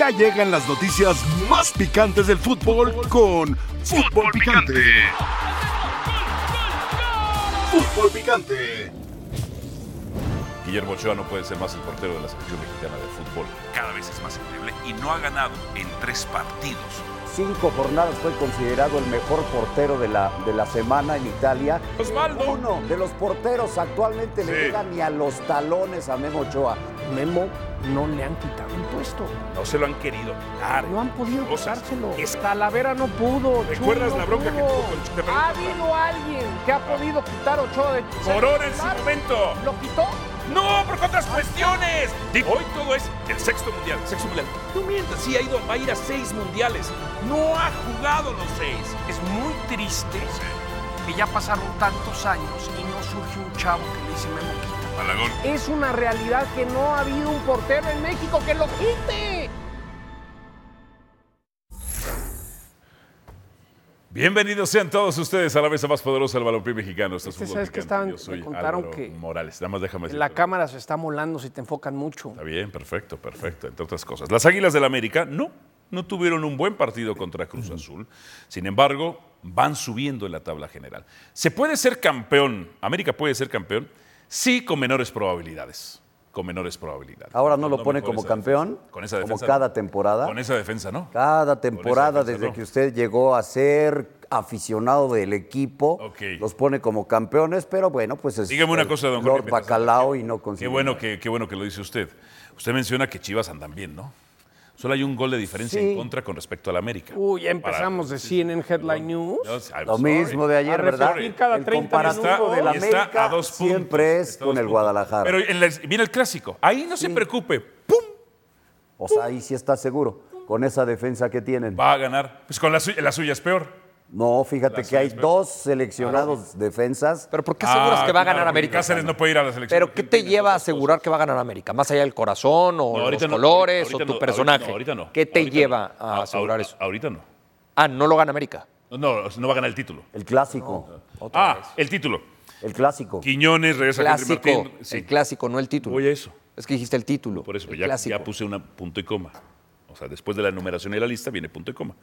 Ya llegan las noticias más picantes del fútbol con Fútbol Picante. Fútbol Picante. Guillermo Ochoa no puede ser más el portero de la selección mexicana de fútbol. Cada vez es más increíble y no ha ganado en tres partidos. Cinco jornadas fue considerado el mejor portero de la, de la semana en Italia. Osvaldo. Uno de los porteros actualmente le Sí. llega ni a los talones a Memo Ochoa. Memo no le han quitado el puesto. No se lo han querido quitar. No han podido Cosas. quitárselo. Talavera no pudo. Chuy ¿Recuerdas no la bronca que pudo. tuvo con Chicharito? ¿Ha habido alguien que ha podido quitar Ochoa de Corona en su Claro. momento. ¿Lo quitó? No, por otras cuestiones. Di- Hoy todo es el sexto mundial. Sexto mundial. No mientas, sí ha ido, va a ir a seis mundiales. No ha jugado los seis. Es muy triste que ya pasaron tantos años y no surge un chavo que le dice Memo quita. Malagón. Es una realidad que no ha habido un portero en México que lo quite. Bienvenidos sean todos ustedes a la mesa más poderosa del balompié mexicano. Esto es Este, Fútbol ¿sabes qué Picante. estaban- Yo soy me contaron Álvaro que Morales. Nada más déjame decirte. Pues La cámara se está molando si te enfocan mucho. Está bien, perfecto, perfecto, entre otras cosas. Las Águilas del América no, no tuvieron un buen partido contra Cruz Azul. Sin embargo, van subiendo en la tabla general. ¿Se puede ser campeón? ¿América puede ser campeón? Sí, con menores probabilidades. Con menores probabilidades. Ahora no lo Teniendo pone mejor como esa campeón, defensa. Con esa como defensa, cada no. temporada. Con esa defensa, ¿no? Cada temporada, defensa, desde no. que usted llegó a ser aficionado del equipo, Ok. los pone como campeones, pero bueno, pues es Dígame una el cosa, don Lord Jorge, mientras- Bacalao y no Qué consigue bueno, nada. que, qué bueno que lo dice usted. Usted menciona que Chivas andan bien, ¿no? Solo hay un gol de diferencia Sí. en contra con respecto al América. Uy, ya empezamos de CNN Headline News. No, I'm Lo sorry. mismo de ayer, A ¿verdad? repetir cada el 30 comparativo minutos. del y está América a dos puntos, siempre es está a con dos el puntos. Guadalajara. Pero en la- viene el clásico. Ahí no se preocupe. ¡Pum! O sea, ahí sí está seguro, con esa defensa que tienen. Va a ganar. Pues con la suya, la suya es peor. No, fíjate La que hay seis, pero- dos seleccionados defensas. Pero ¿por qué aseguras Ah, que va a claro, ganar porque América? Cáceres no puede ir a la selección. Pero ¿qué te argentina, lleva a otras cosas. asegurar que va a ganar América? ¿Más allá del corazón o No, ahorita los no, colores ahorita o tu no, personaje? Ahorita no. ahorita no. ¿Qué te Ahorita lleva no. Ah, a asegurar ahor- eso? Ahorita no. Ah, no lo gana América. No, no va a ganar el título. El clásico. ah, el título. El clásico. Quiñones, regresa Clásico, Henry Martín. Sí. el clásico, no el título. Voy a eso. Es que dijiste el título. Por eso, el ya, clásico. ya puse una punto y coma. O sea, después de la numeración y la lista viene punto y coma.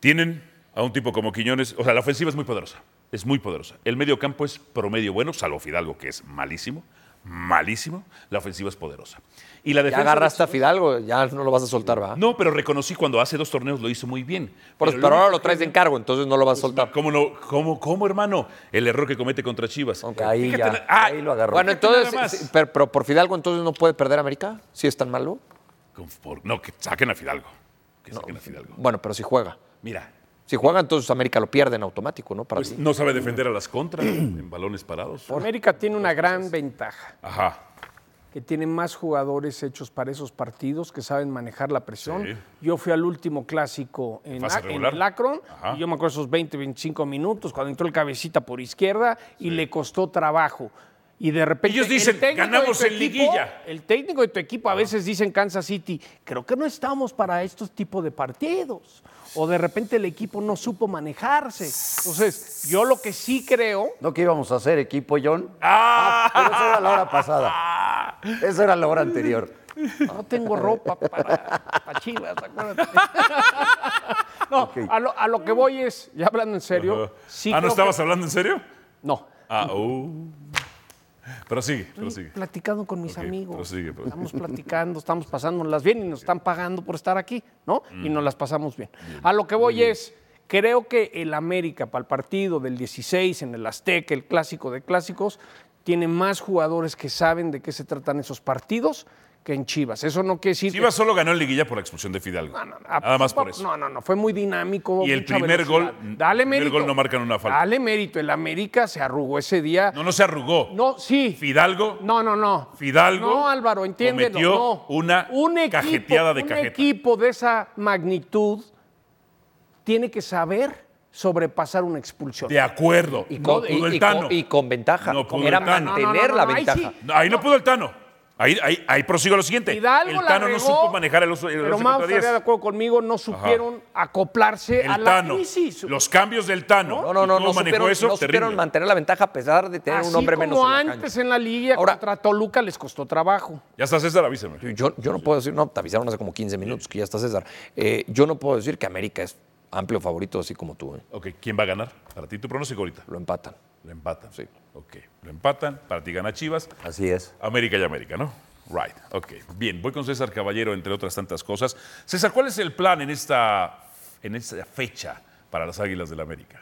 Tienen a un tipo como Quiñones. O sea, la ofensiva es muy poderosa. Es muy poderosa. El medio campo es promedio bueno, salvo Fidalgo, que es malísimo. Malísimo. La ofensiva es poderosa. Y la Ya defensa. agarraste a Fidalgo, ya no lo vas a soltar, ¿va? No, pero reconocí cuando hace dos torneos lo hizo muy bien. Por eso, el pero ahora único lo traes que- de encargo, entonces no lo vas a soltar. Pues, ¿Cómo, no? ¿Cómo, cómo, hermano? El error que comete contra Chivas. Ahí Fíjate ya, na- ah, ahí lo agarró. Bueno, Fíjate nada entonces, más. sí, pero, pero por Fidalgo entonces no puede perder América, si es tan malo. Con- por- no, que saquen a Fidalgo. Que saquen a Fidalgo. Bueno, pero si juega. Mira, Si juega, entonces América lo pierde en automático, ¿no? Para Pues ti. no sabe defender a las contras en balones parados. América tiene Pues una gran ventaja, Ajá. que tiene más jugadores hechos para esos partidos que saben manejar la presión. Sí. Yo fui al último clásico en, Fase la- en regular. el Akron, Ajá. y yo me acuerdo esos 20, 25 minutos, cuando entró el cabecita por izquierda y le costó trabajo. Y de repente. Ellos el dicen, técnico de "Ganamos tu en liguilla". El técnico de tu equipo a veces dicen Kansas City, creo que no estamos para estos tipos de partidos. O de repente el equipo no supo manejarse. Entonces, yo lo que sí creo ¿No que íbamos a hacer equipo, John? ¡Ah! Pero eso era la hora pasada. Eso era la hora anterior. No tengo ropa para, para Chivas, acuérdate. no, a, lo, a lo que voy es, ya hablando en serio, sí ah, ¿no creo estabas que- hablando en serio? No, Ah, uh. Pero sigue, pero sigue. platicando con mis Ok, amigos. prosigue, prosigue. Estamos platicando, estamos pasándolas bien y nos están pagando por estar aquí, ¿no? Mm. Y nos las pasamos bien. A lo que voy es, creo que el América para el partido del 16 en el Azteca, el clásico de clásicos, tiene más jugadores que saben de qué se tratan esos partidos que en Chivas. Eso no quiere decir que- Chivas solo ganó en liguilla por la expulsión de Fidalgo. eh. No, no, no. Nada más por eso. No, no, no, fue muy dinámico. Y el mucha primer velocidad. gol, Dale el primer mérito. gol no marcan una falta. Dale mérito. El América se arrugó ese día. No, no se arrugó. No, sí. Fidalgo. No, no, no. Fidalgo No, Álvaro, entiéndelo. cometió no. una un equipo, cajeteada de un cajeta. equipo de esa magnitud tiene que saber sobrepasar una expulsión. De acuerdo. Y No con, y- pudo el y con- Tano. y con ventaja. No pudo Era el Tano. mantener la No, no, no, no, ahí ventaja. sí. No, ahí no pudo el Tano. Ahí, ahí, ahí prosigo lo siguiente. Hidalgo el la Tano no regó, supo manejar el oso. el Pero once Mau contra estaría diez. de acuerdo conmigo, no supieron acoplarse a El la Tano. crisis. Los cambios del Tano. No, no, ¿Y no, cómo no manejó supieron, eso? no supieron Terrible. mantener la ventaja a pesar de tener Así un hombre menos como en la antes cancha. en la liga Ahora- contra Toluca les costó trabajo. Ya está César, avísame. Yo, yo no puedo decir, no, te avisaron hace como 15 minutos que ya está César. Eh, yo no puedo decir que América es amplio favorito, así como tú. ¿eh? Ok, ¿quién va a ganar? Para ti tu pronóstico ahorita. Lo empatan. Lo em- empatan. Sí. Ok, lo empatan. Para ti gana Chivas. Así es. América y América, ¿no? Right, ok. Bien, voy con César Caballero, entre otras tantas cosas. César, ¿cuál es el plan en esta, en esta fecha para las Águilas del América?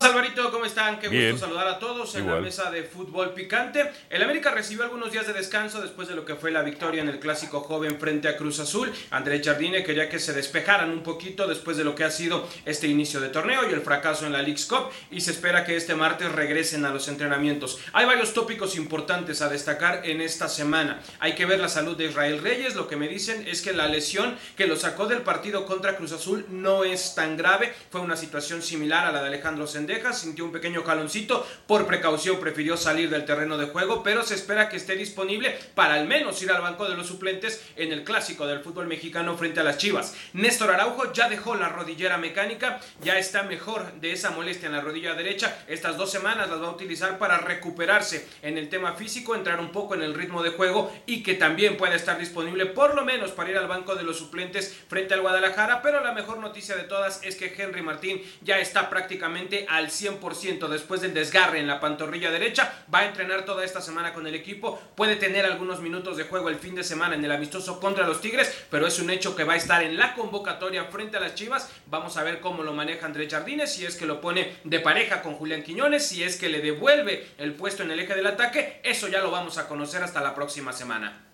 Alvarito, ¿cómo están? Qué Bien. gusto saludar a todos en Igual. la mesa de fútbol picante. El América recibió algunos días de descanso después de lo que fue la victoria en el clásico joven frente a Cruz Azul. André Jardine quería que se despejaran un poquito después de lo que ha sido este inicio de torneo y el fracaso en la League's Cup y se espera que este martes regresen a los entrenamientos. Hay varios tópicos importantes a destacar en esta semana. Hay que ver la salud de Israel Reyes, lo que me dicen es que la lesión que lo sacó del partido contra Cruz Azul no es tan grave. Fue una situación similar a la de Alejandro Sendejas. Sintió un pequeño caloncito. Por precaución prefirió salir del terreno de juego, pero se espera que esté disponible para al menos ir al banco de los suplentes en el clásico del fútbol mexicano frente a las Chivas. Néstor Araujo ya dejó la rodillera mecánica, ya está mejor de esa molestia en la rodilla derecha. Estas dos semanas las va a utilizar para recuperarse en el tema físico, entrar un poco en el ritmo de juego y que también pueda estar disponible por lo menos para ir al banco de los suplentes frente al Guadalajara. Pero la mejor noticia de todas es que Henry Martín ya está prácticamente al 100% después del desgarre en la pantorrilla derecha. Va a entrenar toda esta semana con el equipo. Puede tener algunos minutos de juego el fin de semana en el amistoso contra los Tigres, pero es un hecho que va a estar en la convocatoria frente a las Chivas. Vamos a ver cómo lo maneja Andrés Jardines, si es que lo pone de pareja con Julián Quiñones, si es que le devuelve el puesto en el eje del ataque. Eso ya lo vamos a conocer hasta la próxima semana.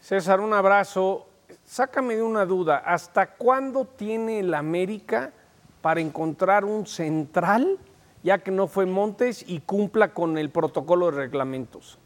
César, un abrazo. Sácame de una duda. ¿Hasta cuándo tiene el América para encontrar un central, ya que no fue Montes, y cumpla con el protocolo de reglamentos?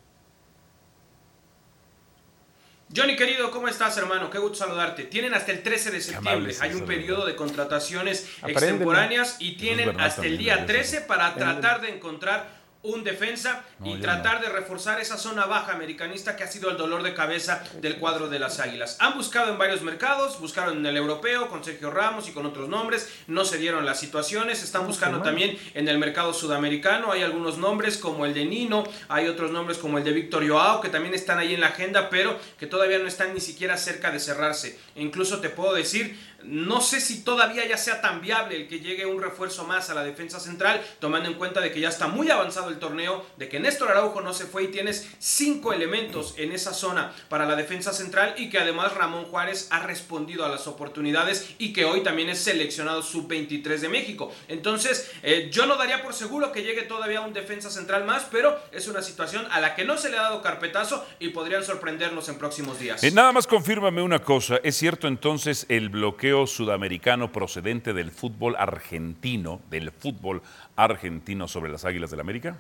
Johnny querido, ¿cómo estás, hermano? Qué gusto saludarte. Tienen hasta el 13 de septiembre. amables, Hay un César, periodo de contrataciones Apréndeme. extemporáneas y tienen Bernal hasta el también, día gracias. 13 para tratar de encontrar un defensa y tratar de reforzar esa zona baja americanista que ha sido el dolor de cabeza del cuadro de las Águilas. Han buscado en varios mercados, buscaron en el europeo con Sergio Ramos y con otros nombres, no se dieron las situaciones, están buscando también en el mercado sudamericano, hay algunos nombres como el de Nino, hay otros nombres como el de Víctor Joao que también están ahí en la agenda, pero que todavía no están ni siquiera cerca de cerrarse. E incluso te puedo decir, no sé si todavía ya sea tan viable el que llegue un refuerzo más a la defensa central, tomando en cuenta de que ya está muy avanzado el torneo, de que Néstor Araujo no se fue y tienes cinco elementos en esa zona para la defensa central y que además Ramón Juárez ha respondido a las oportunidades y que hoy también es seleccionado sub-23 de México. Entonces, eh, yo no daría por seguro que llegue todavía un defensa central más, pero es una situación a la que no se le ha dado carpetazo y podrían sorprendernos en próximos días. Eh, nada más confírmame una cosa. ¿Es cierto entonces el bloqueo sudamericano procedente del fútbol argentino, del fútbol argentino sobre las Águilas del América?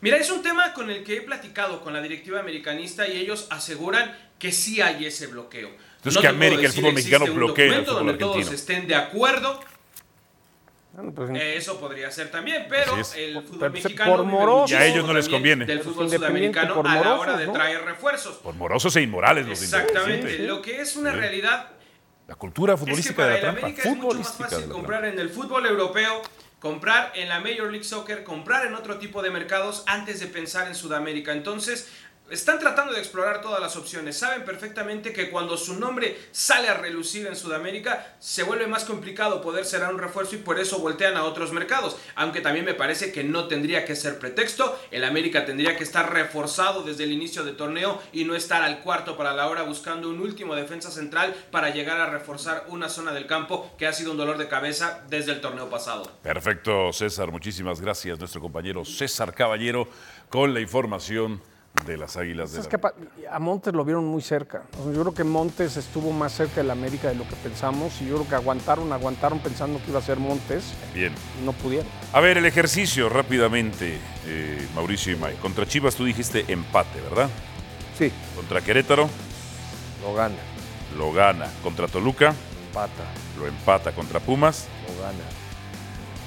Mira, es un tema con el que he platicado con la directiva americanista y ellos aseguran que sí hay ese bloqueo. Entonces, que te puedo América, el fútbol existe mexicano, un bloquee al documento fútbol donde todos argentino. estén de acuerdo. Bueno, pues, eh, eso podría ser también, pero Así es. el fútbol Pero, pues, mexicano por vive morosos. muchísimo Y a ellos no les también conviene. del Pero fútbol es independiente sudamericano por a la hora morosos, de ¿no? traer refuerzos. Por morosos e inmorales los de Exactamente, Independiente. lo que es una realidad La cultura es que futbolística para de la el trampa. América es mucho más Futbolística de fácil la comprar en el fútbol europeo, comprar en la Major League Soccer, comprar en otro tipo de mercados antes de pensar en Sudamérica. Entonces, están tratando de explorar todas las opciones. Saben perfectamente que cuando su nombre sale a relucir en Sudamérica, se vuelve más complicado poder cerrar un refuerzo y por eso voltean a otros mercados. Aunque también me parece que no tendría que ser pretexto. El América tendría que estar reforzado desde el inicio del torneo y no estar al cuarto para la hora buscando un último defensa central para llegar a reforzar una zona del campo que ha sido un dolor de cabeza desde el torneo pasado. Perfecto, César. Muchísimas gracias, nuestro compañero César Caballero, con la información de las Águilas de es la que pa- a Montes lo vieron muy cerca. O sea, Yo creo que Montes estuvo más cerca del América de lo que pensamos y yo creo que aguantaron, aguantaron pensando que iba a ser Montes Bien. y no pudieron. A ver, el ejercicio rápidamente, eh, Mauricio y Mike. Contra Chivas tú dijiste empate, ¿verdad? Sí, Contra Querétaro lo gana, lo gana. Contra Toluca empata, lo empata. Contra Pumas, lo gana,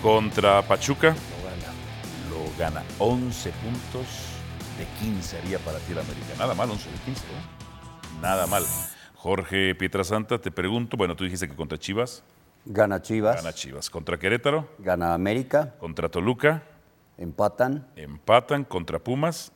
contra Pachuca lo gana. lo gana 11 puntos de 15 haría para ti el América. Nada mal, 11 de 15. ¿eh? Nada mal. Jorge Pietrasanta, te pregunto, bueno, tú dijiste que contra Chivas, Gana Chivas, gana Chivas. Contra Querétaro, gana América, contra Toluca, empatan, empatan, contra Pumas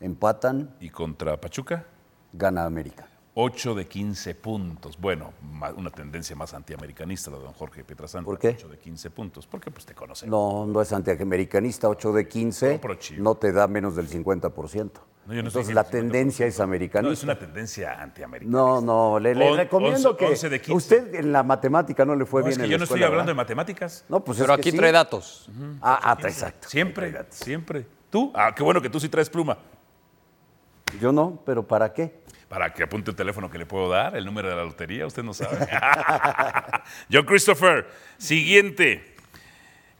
empatan, y contra Pachuca. gana América. 8 de 15 puntos. Bueno, ma- una tendencia más antiamericanista la de don Jorge Pietrasanta. ¿Por qué? 8 de 15 puntos. Porque pues te conocemos. No, no es antiamericanista, 8 de 15 No, pero Chivas. no te da menos del 50%. No, yo no estoy Entonces diciendo la 50%. tendencia es No, es americanista. una tendencia antiamericanista. No, no, le, le On- recomiendo once- que once de 15. usted en la matemática no le fue No, bien es que en yo la no estoy escuela, hablando de ¿verdad? matemáticas. No, pues es Pero que aquí sí. trae datos. Ah, ah, exacto. Siempre, siempre. ¿Tú? Ah, qué bueno que tú sí traes pluma. Yo no, pero ¿para qué? Para que apunte el teléfono que le puedo dar, el número de la lotería, usted no sabe. John Christopher, siguiente.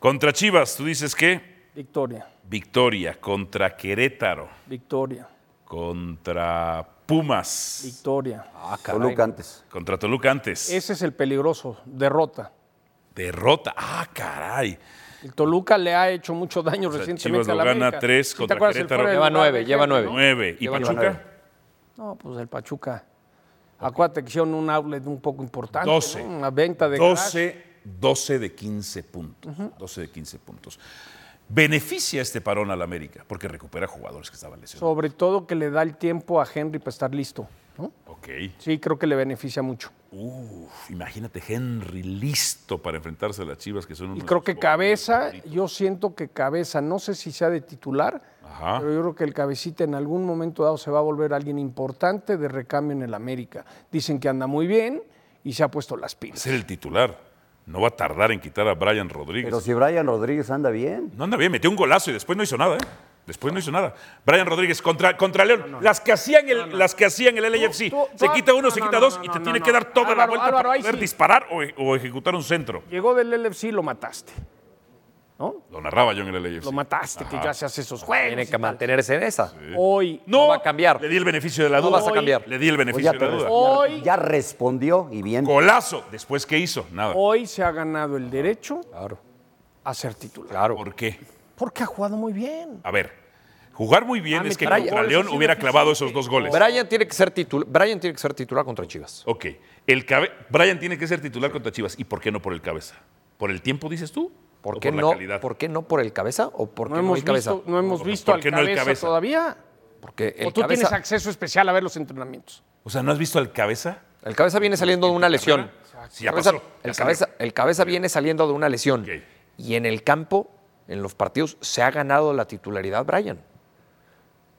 Contra Chivas, tú dices que Victoria, victoria. Contra Querétaro. victoria, Contra Pumas. victoria. Ah, Ah, Toluca antes. Contra Toluca antes. Ese es el peligroso, derrota. Derrota. Ah, caray. El Toluca le ha hecho mucho daño sea, Chivas recientemente lo a la gana América. tres ¿Sí te contra acuerdas el Querétaro? fuera de Lleva lugar nueve, de lleva Henry, nueve. no? Nueve. ¿Y Lleva Pachuca? nueve. No, pues el Pachuca. Acuérdate que hicieron un outlet un poco importante. 12. ¿no? Una venta de 12, 12 de 15 puntos. 12 de 15 puntos. Beneficia este parón al América porque recupera jugadores que estaban crack, lesionados. sobre todo que le da el tiempo a Henry para estar listo. ¿no? Ok. Sí, creo que le beneficia mucho. Uf, imagínate Henry listo para enfrentarse a las Chivas que son Y unos creo que Cabeza, yo siento que Cabeza, no sé si sea de titular, Ajá. pero yo creo que el Cabecita en algún momento dado se va a volver alguien importante de recambio en el América. Dicen que anda muy bien y se ha puesto las pilas. ser el titular. No va a tardar en quitar a Brian Rodríguez. Pero si Brian Rodríguez anda bien. No anda bien, metió un golazo y después no hizo nada, ¿eh? Después no hizo nada. Brian Rodríguez contra, contra León. Las que hacían el, las que hacían el LAFC. Tú- tú- se tú- quita uno, no, se no, quita no, dos no, y te no, tiene no. que dar toda la Álvaro, vuelta Álvaro, para ahí poder sí. disparar o, e- o ejecutar un centro. Llegó del LFC y lo mataste. ¿No? Lo narraba yo en el LAFC. Lo mataste, que ya se hace Ah, esos juegos. Tiene y que tal. mantenerse en esa. Hoy, No va a cambiar. Le di el beneficio de la No duda. vas a cambiar. Pues Le di el Oye, beneficio de la pero duda. Hoy- ya respondió y bien. Golazo. Después, ¿qué hizo? Nada. hoy se ha ganado el derecho Claro, a ser titular. claro. ¿Por qué? Porque ha jugado muy bien. A ver, jugar muy bien Ah, es que metió contra goles, León es hubiera clavado esos ineficiente. dos goles. Brian tiene que ser titular. Brian tiene que ser titular contra Chivas. Ok. El cabe- Brian tiene que ser titular contra Chivas. ¿Y por qué no por el cabeza? ¿Por el tiempo, dices tú? ¿Por ¿O qué, por no, la calidad? ¿Por qué no por el cabeza o por qué No no, hemos el cabeza? visto, no hemos ¿Por visto al qué no el cabeza, cabeza? todavía. Porque o el tú tienes cabeza, acceso especial a ver los entrenamientos. O sea, ¿no has visto al cabeza? el cabeza viene saliendo de una lesión. Sí, ya Cabeza- pasó. Ya el, salió. cabeza, el cabeza viene saliendo de una lesión. Ok. Y en el campo, en los partidos, se ha ganado la titularidad Brian.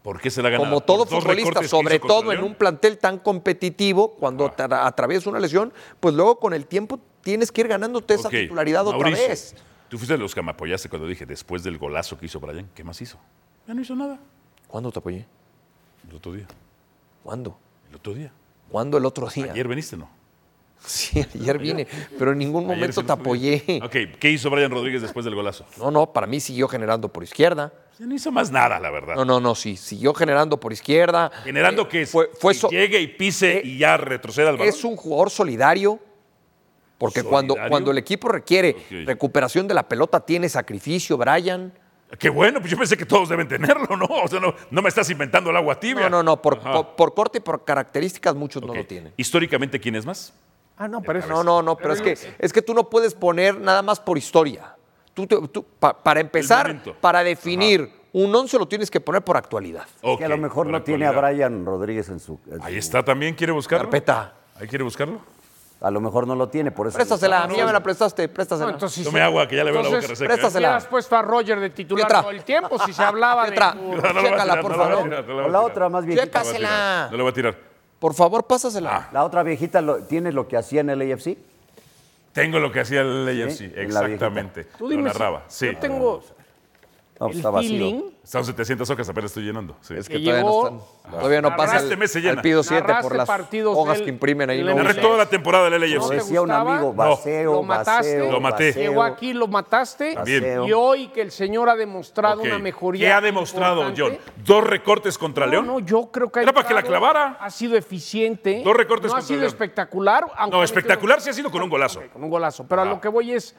¿Por qué se la ganó? Como todo futbolista, sobre todo en un plantel tan competitivo, cuando tra- atraviesas una lesión, pues luego con el tiempo tienes que ir ganándote esa titularidad otra vez. Tú fuiste de los que me apoyaste cuando dije, después del golazo que hizo Brian, ¿qué más hizo? Ya no hizo nada. ¿Cuándo te apoyé? El otro día. ¿Cuándo? El otro día. ¿Cuándo el otro día? Ayer veniste, ¿no? Sí, ayer vine, pero en ningún Ayer es momento el te otro día. apoyé. Ok, ¿qué hizo Brian Rodríguez después del golazo? No, no, para mí siguió generando por izquierda. Ya no hizo más nada, la verdad. No, no, no, sí, siguió generando por izquierda. Generando Eh, que, fue, fue que so- eh, llegue y pise y ya retroceda al balón. es un jugador solidario. Porque cuando, ¿Solidario? cuando el equipo requiere Ok. recuperación de la pelota, tiene sacrificio, Brian. Qué bueno, pues yo pensé que todos deben tenerlo, ¿no? O sea, no, no me estás inventando el agua tibia. No, no, no, por, Ajá. por- por corte y por características muchos Ok. no lo tienen. Históricamente, ¿quién es más? Ah, no, pero eso No, no, no, pero es que, es que tú no puedes poner nada más por historia. Tú, te- tú- pa- para empezar, momento. para definir un 11 lo tienes que poner por actualidad. Ok, que a lo mejor por no tiene a actualidad. Brian Rodríguez en su. en Ahí su- está también, ¿quiere buscarlo? Carpeta. ¿Ahí quiere buscarlo? A lo mejor no lo tiene, por eso. Préstasela, a mí ya me la prestaste, No, préstasela. entonces, Tome agua, que ya le veo la boca entonces, reseca, ¿eh? préstasela. hubieras puesto a Roger de titular Pietra. todo el tiempo si se hablaba de... Pietra. tu- No, no lo va a Chécala, tirar, por no lo va a favor. tirar, no lo va O a la tirar. otra más viejita. Checa. No lo va a tirar, No lo va a tirar. Por favor, Ah. pásasela. La otra viejita lo- tiene lo que hacía en el AFC. Tengo lo que hacía el LAFC, Sí, en la exactamente. Tú lo dime si- narraba, sí. Yo tengo No, el está vacío. feeling Están 700 hojas, apenas estoy llenando. sí. pues, Es que que todavía llegó- no, están, todavía no pasa Este el, mes se llena. al pido 7 por Narraste las partidos hojas del- que imprimen ahí. del no Narré sí. usan. toda la temporada del No Lo te LAFC. decía un gustaba? amigo, No. vaceo, Lo mataste. vaceo, Lo maté. vaceo, llegó aquí, lo mataste. También. vaceo. Y hoy que el señor ha demostrado Ok. una mejoría. ¿Qué ha demostrado importante. John? Dos recortes contra No, León. no, yo creo que ha Era para que la entrado, clavara. Ha sido eficiente. Dos recortes No ha contra sido León. espectacular. aunque ha No, metido- espectacular sí ha sido con un golazo. con un golazo. Pero Ajá. a lo que voy es,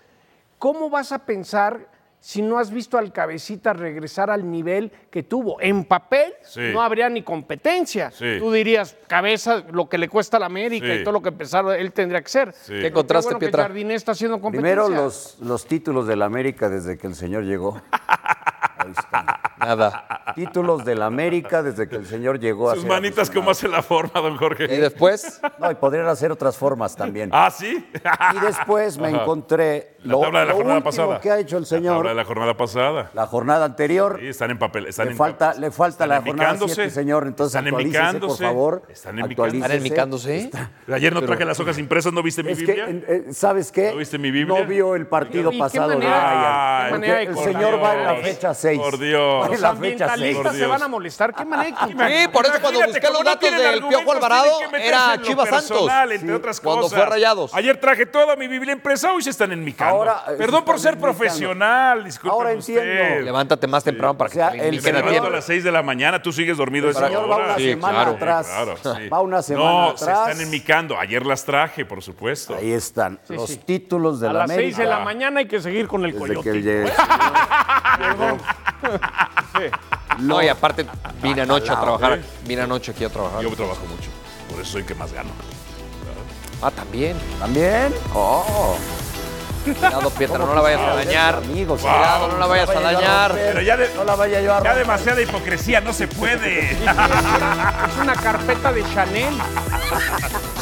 ¿cómo vas a pensar si no has visto al cabecita regresar al nivel que tuvo. En papel Sí. no habría ni competencia. Sí. Tú dirías, cabeza, lo que le cuesta a la América Sí. y todo lo que empezaron, él tendría que ser. Pero qué contraste, bueno que Pietra? Jardiné está haciendo competencia. Primero los, los títulos del América desde que el señor llegó. Ahí está. Nada. Títulos del América desde que el señor llegó. a Sus ser manitas como aficionado. hace la forma, don Y Jorge. después, No, y podrían hacer otras formas también. Ah, sí. Y después me encontré La lo, tabla de la lo jornada último pasada. que ha hecho el La tabla señor de la, la jornada pasada. jornada anterior. Sí, están en papel. Están le en falta, papel. le falta Están la jornada enmicándose. 7, señor. Entonces están actualícese, por enmicándose. favor. Están enmicándose. ¿están enmicándose? Ayer no traje las hojas impresas, ¿no viste mi Es que, Biblia? en- eh, ¿sabes qué? ¿No viste mi Biblia? No vio el partido ¿Y qué pasado de manera? Brian. Ay, Porque qué manera de el por señor va en la Dios. fecha 6. Por Dios. Va en la fecha Por Los 6. ambientalistas se Dios. Ah, van a molestar. ¿Qué manera? de- Sí, por eso cuando Imagínate, busqué los como no datos tienen del argumentos, Piojo Alvarado, tienen que meterse era en lo Chivas Santos. personal, entre Sí, otras cuando cosas. fue Rayados. Ayer traje toda mi Biblia impresa, hoy se están enmicando. Ahora, eh, Perdón se por están ser enmicando. profesional, disculpen Ahora usted. entiendo. levántate más temprano para O sea, que el te Me indiquen a señor- levanto a tiempo. las 6 de la mañana, tú sigues dormido El esa señor va hora. una Sí, semana claro. atrás. claro, sí. Va una semana no, atrás. se están enmicando. Ayer las traje, por supuesto. Ahí están los sí. títulos de A la las América. 6 de la mañana hay que seguir con el Desde coyote. que él llegue. No, y aparte vine anoche a trabajar. Vine anoche aquí a trabajar. ¿eh? Yo trabajo mucho, por eso soy el que más gano. Ah, también. ¿También? Oh. Cuidado, Pietra, no la vayas a dañar. Amigos, Cuidado, no la vayas a dañar. Pero ya, de- No la vaya a llevar. ya demasiada hipocresía, no se puede. Es una carpeta de Chanel.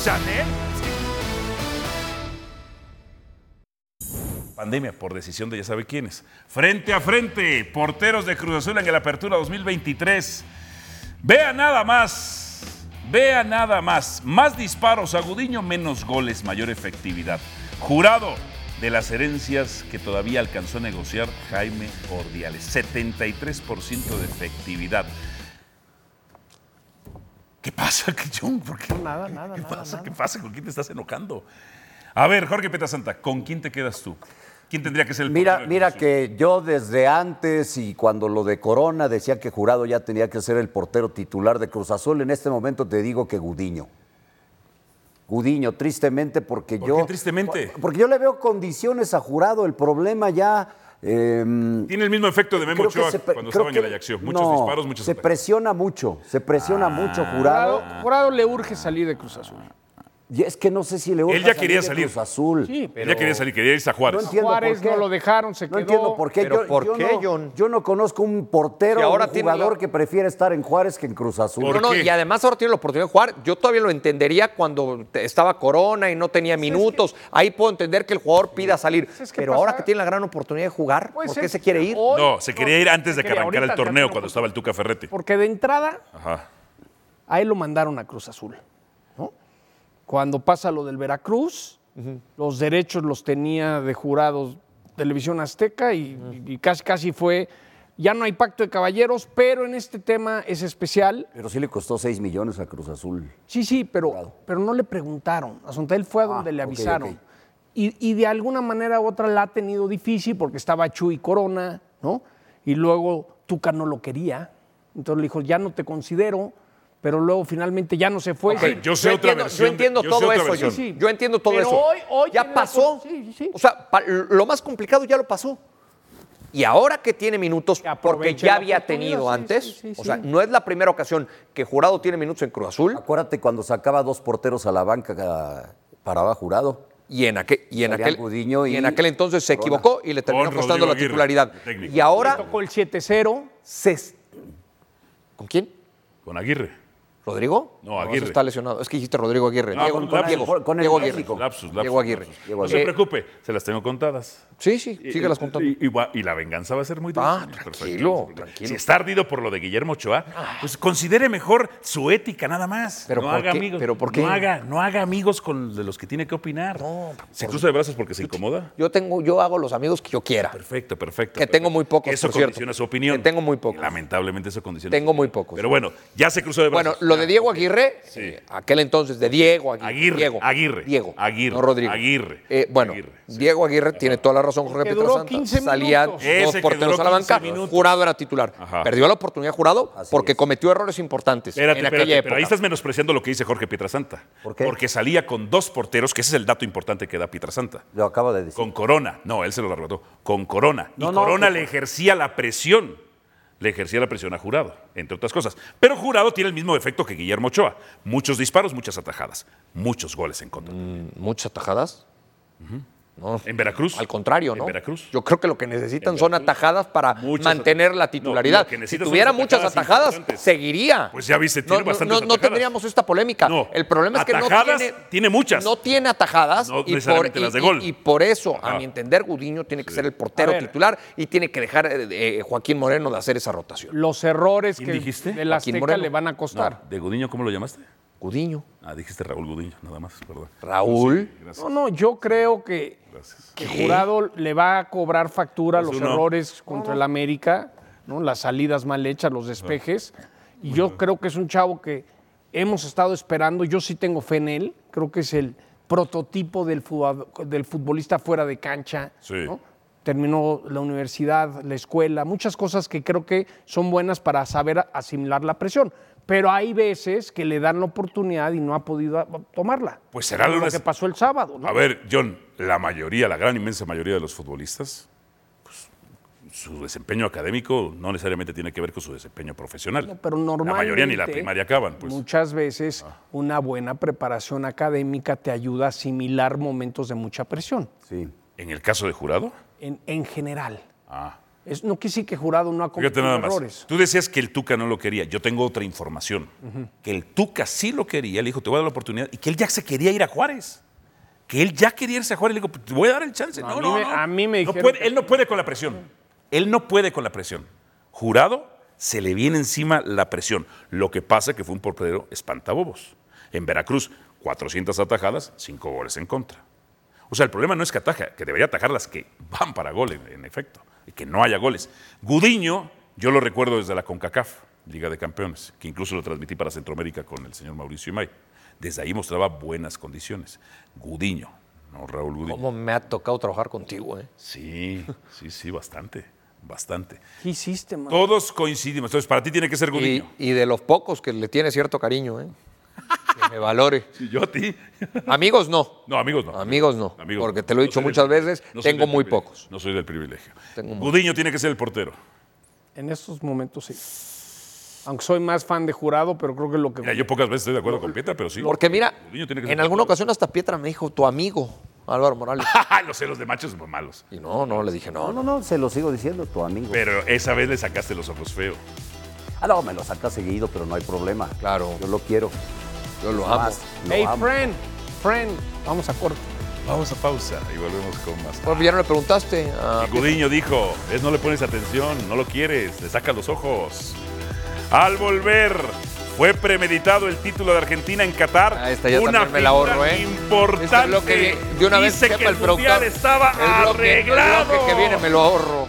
Chanel. Pandemia por decisión de ya sabe quiénes. Frente a frente, porteros de Cruz Azul en la apertura 2023. Vea nada más. Vea nada más. Más disparos, Agudiño, menos goles, mayor efectividad. Jurado de las herencias que todavía alcanzó a negociar Jaime Ordiales. 73% de efectividad. ¿Qué pasa, John? ¿Por qué? Nada, nada, ¿Qué nada. pasa? ¿Qué pasa? ¿Con quién te estás enojando? A ver, Jorge Petasanta, ¿con quién te quedas tú? ¿Quién tendría que ser el Mira, portero de mira Cruz Azul? que yo desde antes y cuando lo de Corona decía que Jurado ya tenía que ser el portero titular de Cruz Azul, en este momento te digo que Gudiño. Gudiño, tristemente porque ¿Por yo... qué tristemente? Porque yo le veo condiciones a Jurado, el problema ya... em, Tiene el mismo efecto de Memo creo que Ochoa se pre- cuando creo estaba en que- el Ajaxio. Muchos no, disparos, muchos Se ataques. Ah. presiona mucho, se presiona mucho Jurado. Jurado, Jurado le urge salir de Cruz Azul. Y es que no sé si le urge Él ya salir quería de salir. Cruz Azul. Sí, pero Ella quería salir, quería irse a Juárez. No entiendo Juárez por qué. no lo dejaron, se no quedó. entiendo por qué. Pero yo, ¿por yo qué, no, John? yo no conozco un portero Que o ahora un tiene la- jugador que prefiere estar en Juárez que en Cruz Azul. ¿Por No, no, qué? y además ahora tiene la oportunidad de jugar. Yo todavía lo entendería cuando te- estaba Corona y no tenía minutos. Ahí puedo entender que el jugador pida salir. Es que Pero pasa- ahora que tiene la gran oportunidad de jugar, Puede ¿por ser. qué se quiere ir? Hoy- No, se quería ir antes se de que quería, arrancara el ahorita torneo ya cuando no- estaba el Tuca Ferretti. Porque de entrada, Ajá. a él lo mandaron a Cruz Azul. ¿no? Cuando pasa lo del Veracruz, los derechos los tenía de jurados Televisión Azteca y, y casi, casi fue. Ya no hay pacto de caballeros, pero en este tema es especial. Pero sí le costó 6 millones a Cruz Azul. Sí, sí, pero, Jurado. pero no le preguntaron. A Sontel fue a Ah, donde le ok, avisaron. ok. Y, y de alguna manera u otra la ha tenido difícil porque estaba Chuy Corona, ¿no? Y luego Tuca no lo quería. Entonces le dijo, ya no te considero, pero luego finalmente ya no se fue. Ok, Sí. yo sé yo otra entiendo, versión. Yo entiendo de- yo sé todo otra eso, versión. John. Sí, sí. Yo entiendo todo Pero eso. hoy- hoy ya tiene pasó. la- sí, sí. O sea, pa- lo más complicado ya lo pasó. Y ahora que tiene minutos, Que aproveche porque ya la había oportunidad, tenido sí, antes, sí, sí, o sí. sea, no es la primera ocasión que Jurado tiene minutos en Cruz Azul Acuérdate cuando sacaba dos porteros a la banca ah, paraba Jurado. y en aquel, y en Salían aquel, Gudiño y y en aquel entonces se Corona. equivocó y le terminó Con costando Rodrigo la Aguirre, titularidad. el técnico. Y ahora Tocó el 7-0. se... ¿Con quién? Con Aguirre. ¿Rodrigo? No, Aguirre. eso está lesionado. Es que dijiste Rodrigo Aguirre. No, Diego, con- con el- Diego, con el Diego Aguirre. técnico. Lapsus, lapsus, Diego Aguirre. lapsus. Diego No se Eh, preocupe, se las tengo contadas. sí, sí, síguelas contando. Y, y va- y la venganza va a ser muy difícil. Ah, tranquilo, tranquilo. Si está ardido por lo de Guillermo Ochoa, pues considere mejor su ética nada más. Pero no ¿por haga qué? amigos. ¿Pero por qué? No haga, no haga amigos con de los que tiene que opinar. No, ¿Se cruza de brazos porque se incomoda? Yo tengo, yo hago los amigos que yo quiera. Perfecto, perfecto. Que tengo perfecto. muy pocos, Eso por cierto. condiciona su opinión. Que tengo muy pocos. Lamentablemente eso condiciona. Tengo su muy opinión. pocos. Pero bueno, ya se cruzó de Bueno, brazos. lo de Diego Aguirre, eh, aquel entonces de Diego Aguirre. Aguirre, Diego, Aguirre, Diego, Aguirre, no Rodrigo. Aguirre, Eh, bueno, Aguirre, sí. Diego Aguirre tiene toda la razón, Jorge Que Petrasanta. duró 15 Salía minutos. Ese dos que porteros duró a la banca. 15 minutos. Jurado era titular. Ajá. Perdió la oportunidad Jurado Así porque es. cometió errores importantes Espérate, en aquella espérate, época. pero ahí estás menospreciando lo que dice Jorge Pietrasanta. ¿Por qué? Porque salía con dos porteros, que ese es el dato importante que da Pietrasanta. Lo acaba de decir. Con Corona. No, él se lo arrebató. Con Corona. No, y no, Corona que- le ejercía la presión. Le ejercía la presión a Jurado, entre otras cosas. Pero Jurado tiene el mismo efecto que Guillermo Ochoa. Muchos disparos, muchas atajadas. Muchos goles en contra. Mm, Muchas atajadas. No. En Veracruz. Al contrario, En ¿no? Veracruz. Yo creo que lo que necesitan En son Veracruz. atajadas para Muchas mantener atajadas. la No, titularidad. lo que si necesitas son tuviera muchas atajadas atajadas, importantes. seguiría. Pues ya viste, No, tiene no, bastantes no, no atajadas. tendríamos esta polémica. No. El problema es que no Atajadas, tiene, tiene muchas. No tiene atajadas. No y, por, necesariamente las de y- gol. y por eso, Ajá. a mi entender, Gudiño tiene que ser el portero A ver. titular y tiene que dejar eh, eh, Joaquín Moreno de hacer esa rotación. Los errores ¿Quién que dijiste? de la Joaquín Azteca Moreno. le van a costar. No, ¿De Gudiño cómo lo llamaste? Gudiño, Ah, dijiste Raúl Gudiño, nada más, perdón. Raúl. No, no, yo creo que, que Jurado le va a cobrar factura a Pues los uno. errores contra el América, ¿no? las salidas mal hechas, los despejes. Y yo creo que es un chavo que hemos estado esperando. Yo sí tengo fe en él. Creo que es el prototipo del, fudado- del futbolista fuera de cancha. Sí. ¿no? Terminó la universidad, la escuela, muchas cosas que creo que son buenas para saber asimilar la presión. Pero hay veces que le dan la oportunidad y no ha podido a- tomarla. Pues será lo lunes. que pasó el sábado. ¿no? A ver, John, la mayoría, la gran inmensa mayoría de los futbolistas, pues, su desempeño académico no necesariamente tiene que ver con su desempeño profesional. No, pero normalmente. La mayoría ni la primaria acaban, pues. Muchas veces una buena preparación académica te ayuda a asimilar momentos de mucha presión, Sí. En el caso de jurado, en, en general. ah, Es, no quise que jurado no ha fíjate cometido nada más. errores. Tú decías que el Tuca no lo quería. Yo tengo otra información. Que el Tuca sí lo quería, le dijo, te voy a dar la oportunidad, y que él ya se quería ir a Juárez. Que él ya quería irse a Juárez, le digo, "Pues, te voy a dar el chance. No, No, a no, mí me- no. a mí me No dijeron puede- que- Él no puede con la presión. Él no puede con la presión. Jurado, se le viene encima la presión. Lo que pasa que fue un portero espantabobos. En Veracruz, 400 atajadas, 5 goles en contra. O sea, el problema no es que ataja, que debería atajar las que van para gol, en, en efecto, y que no haya goles. Gudiño, yo lo recuerdo desde la CONCACAF, Liga de Campeones, que incluso lo transmití para Centroamérica con el señor Mauricio Imay. Desde ahí mostraba buenas condiciones. Gudiño, no Raúl Gudiño. ¿Cómo me ha tocado trabajar contigo? eh? Sí, sí, sí, bastante, bastante. ¿Qué hiciste, man? Todos coincidimos. Entonces, para ti tiene que ser Y, Gudiño. y de los pocos que le tiene cierto cariño, ¿eh? que me valore. Y yo a ti. Amigos no. No, amigos no. Amigos no, porque te lo he dicho soy del muchas privilegio, veces, soy tengo del muy privilegio, pocos. No soy del privilegio. Tengo muy- Gudiño tiene que ser el portero. En estos momentos sí. Aunque soy más fan de jurado, pero creo que lo que. Mira, yo pocas veces estoy de acuerdo con Pietra, pero sí. Porque mira, Gudiño tiene que ser en alguna portero. ocasión hasta Pietra me dijo, tu amigo, Álvaro Morales. Ah, los celos de machos son malos. Y no, no, le dije, no, No, no. no, no, se lo sigo diciendo, tu amigo. Pero esa vez le sacaste los ojos feos. Ah, no, me lo saca seguido, pero no hay problema. Claro. Yo lo quiero. Yo lo amo. Más, lo hey, amo. friend, friend, vamos a corte. Vamos a pausa y volvemos con más. Bueno, ya no le preguntaste a Y Gudiño dijo, es no le pones atención, no lo quieres, le sacas los ojos. Al volver, fue premeditado el título de Argentina en Qatar. Ah, esta ya una también me la ahorro, figura ¿eh? Importante. Este bloque de- de una vez Dice que sepa el, el productor. mundial estaba el bloque, el arreglado. bloque que viene, me lo ahorro.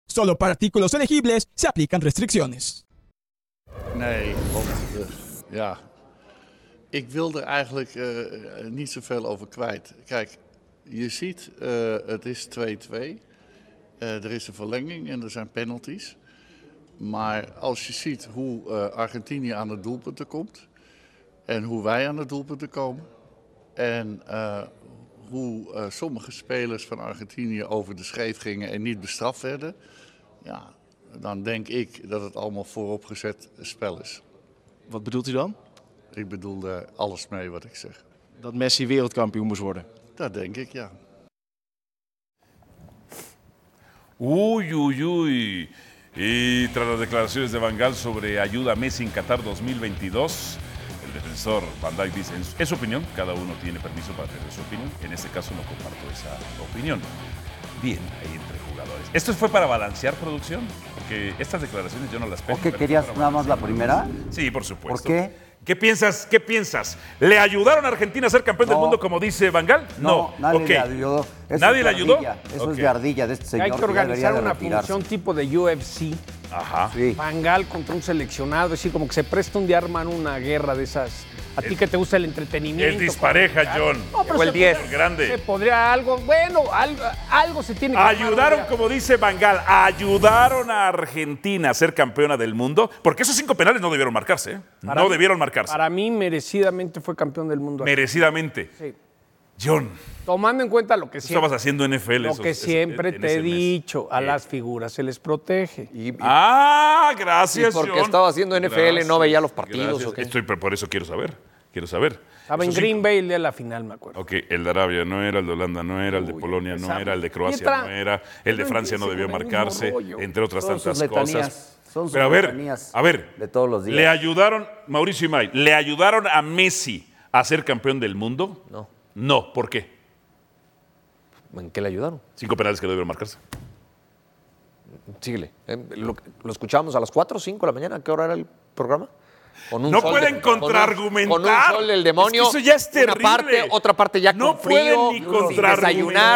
Solo para artículos elegibles se aplican restricciones. Nee, want, eh, ja. Ik wil er eigenlijk eh, eh, niet zoveel over kwijt. Kijk, je ziet, eh, het is 2-2. Eh, er is een verlenging en er zijn penalties. Maar als je ziet hoe eh, Argentinië aan het doelpunten komt... en hoe wij aan het doelpunten komen... en eh, hoe eh, sommige spelers van Argentinië over de scheef gingen en niet bestraft werden, ja, dan denk ik dat het allemaal vooropgezet spel is. Wat bedoelt u dan? Ik bedoel daar alles mee wat ik zeg. Dat Messi wereldkampioen moest worden. Dat denk ik, ja. Uy, uy, uy. Y tras las declaraciones de Van Gaal sobre ayuda a Messi en Qatar 2022, el defensor Van Dijk dice, "Es- es su opinión, cada uno tiene permiso para tener su opinión. En este caso no comparto esa opinión. Bien, ahí entre jugadores. ¿Esto fue para balancear producción? Porque estas declaraciones yo no las pedí. ¿Por qué pero querías fue para nada más la primera? Sí, por supuesto. ¿Por qué? ¿Qué piensas? ¿Qué piensas? ¿Le ayudaron a Argentina a ser campeón del No. mundo como dice Van Gaal? No. nadie Ok. le ayudó. Eso es ¿Nadie de le ayudó? ardilla, Eso Ok. es de ardilla de este señor. Hay que ya debería organizar de una retirarse. función tipo de UFC. Ajá. Sí. Pangal contra un seleccionado, es decir, como que se presta un día a armar una guerra de esas. A ti que te gusta el entretenimiento. ah, Es dispareja, John. No, pero Llegó el se 10. podría- Grande. Se podría algo, bueno, algo, algo se tiene que armar Ayudaron, un día. como dice Bangal, ayudaron a Argentina a ser campeona del mundo, porque esos cinco penales no debieron marcarse, ¿eh? Para no mí- debieron marcarse, Para mí, merecidamente fue campeón del mundo. merecidamente. Sí. John, Tomando en cuenta lo que tú siempre, estabas haciendo NFL. lo esos- que ese- siempre en te ese he mes. dicho, a Eh, las figuras se les protege. Y, y- Ah, gracias, Y porque John. estaba haciendo NFL, no veía los partidos, ¿o qué? Estoy, pero por eso quiero saber, quiero saber. Estaba en Esos Green cinco- Bay el día de la final, me acuerdo. Ok, el de Arabia no era, el de Holanda no era, el de Polonia no empezamos. era, el de Y Croacia entra- no era, el de no Francia no empieces debió con el mismo marcarse, rollo. entre otras Son sus tantas letanías, cosas. son sus Pero a ver, letanías a ver, de todos los días. le ayudaron, Mauricio Imay, ¿le ayudaron a Messi a ser campeón del mundo? No. No, ¿por qué? ¿En qué le ayudaron? Cinco penales que no debieron marcarse. Síguele. Eh, Lo, lo escuchábamos a las 4 o 5 de la mañana. ¿A qué hora era el programa? Con No sol pueden de- contraargumentar. Con un, con un sol del demonio. Es que eso ya es terrible. Una parte, otra parte ya No con frío. pueden ni Sin desayunar,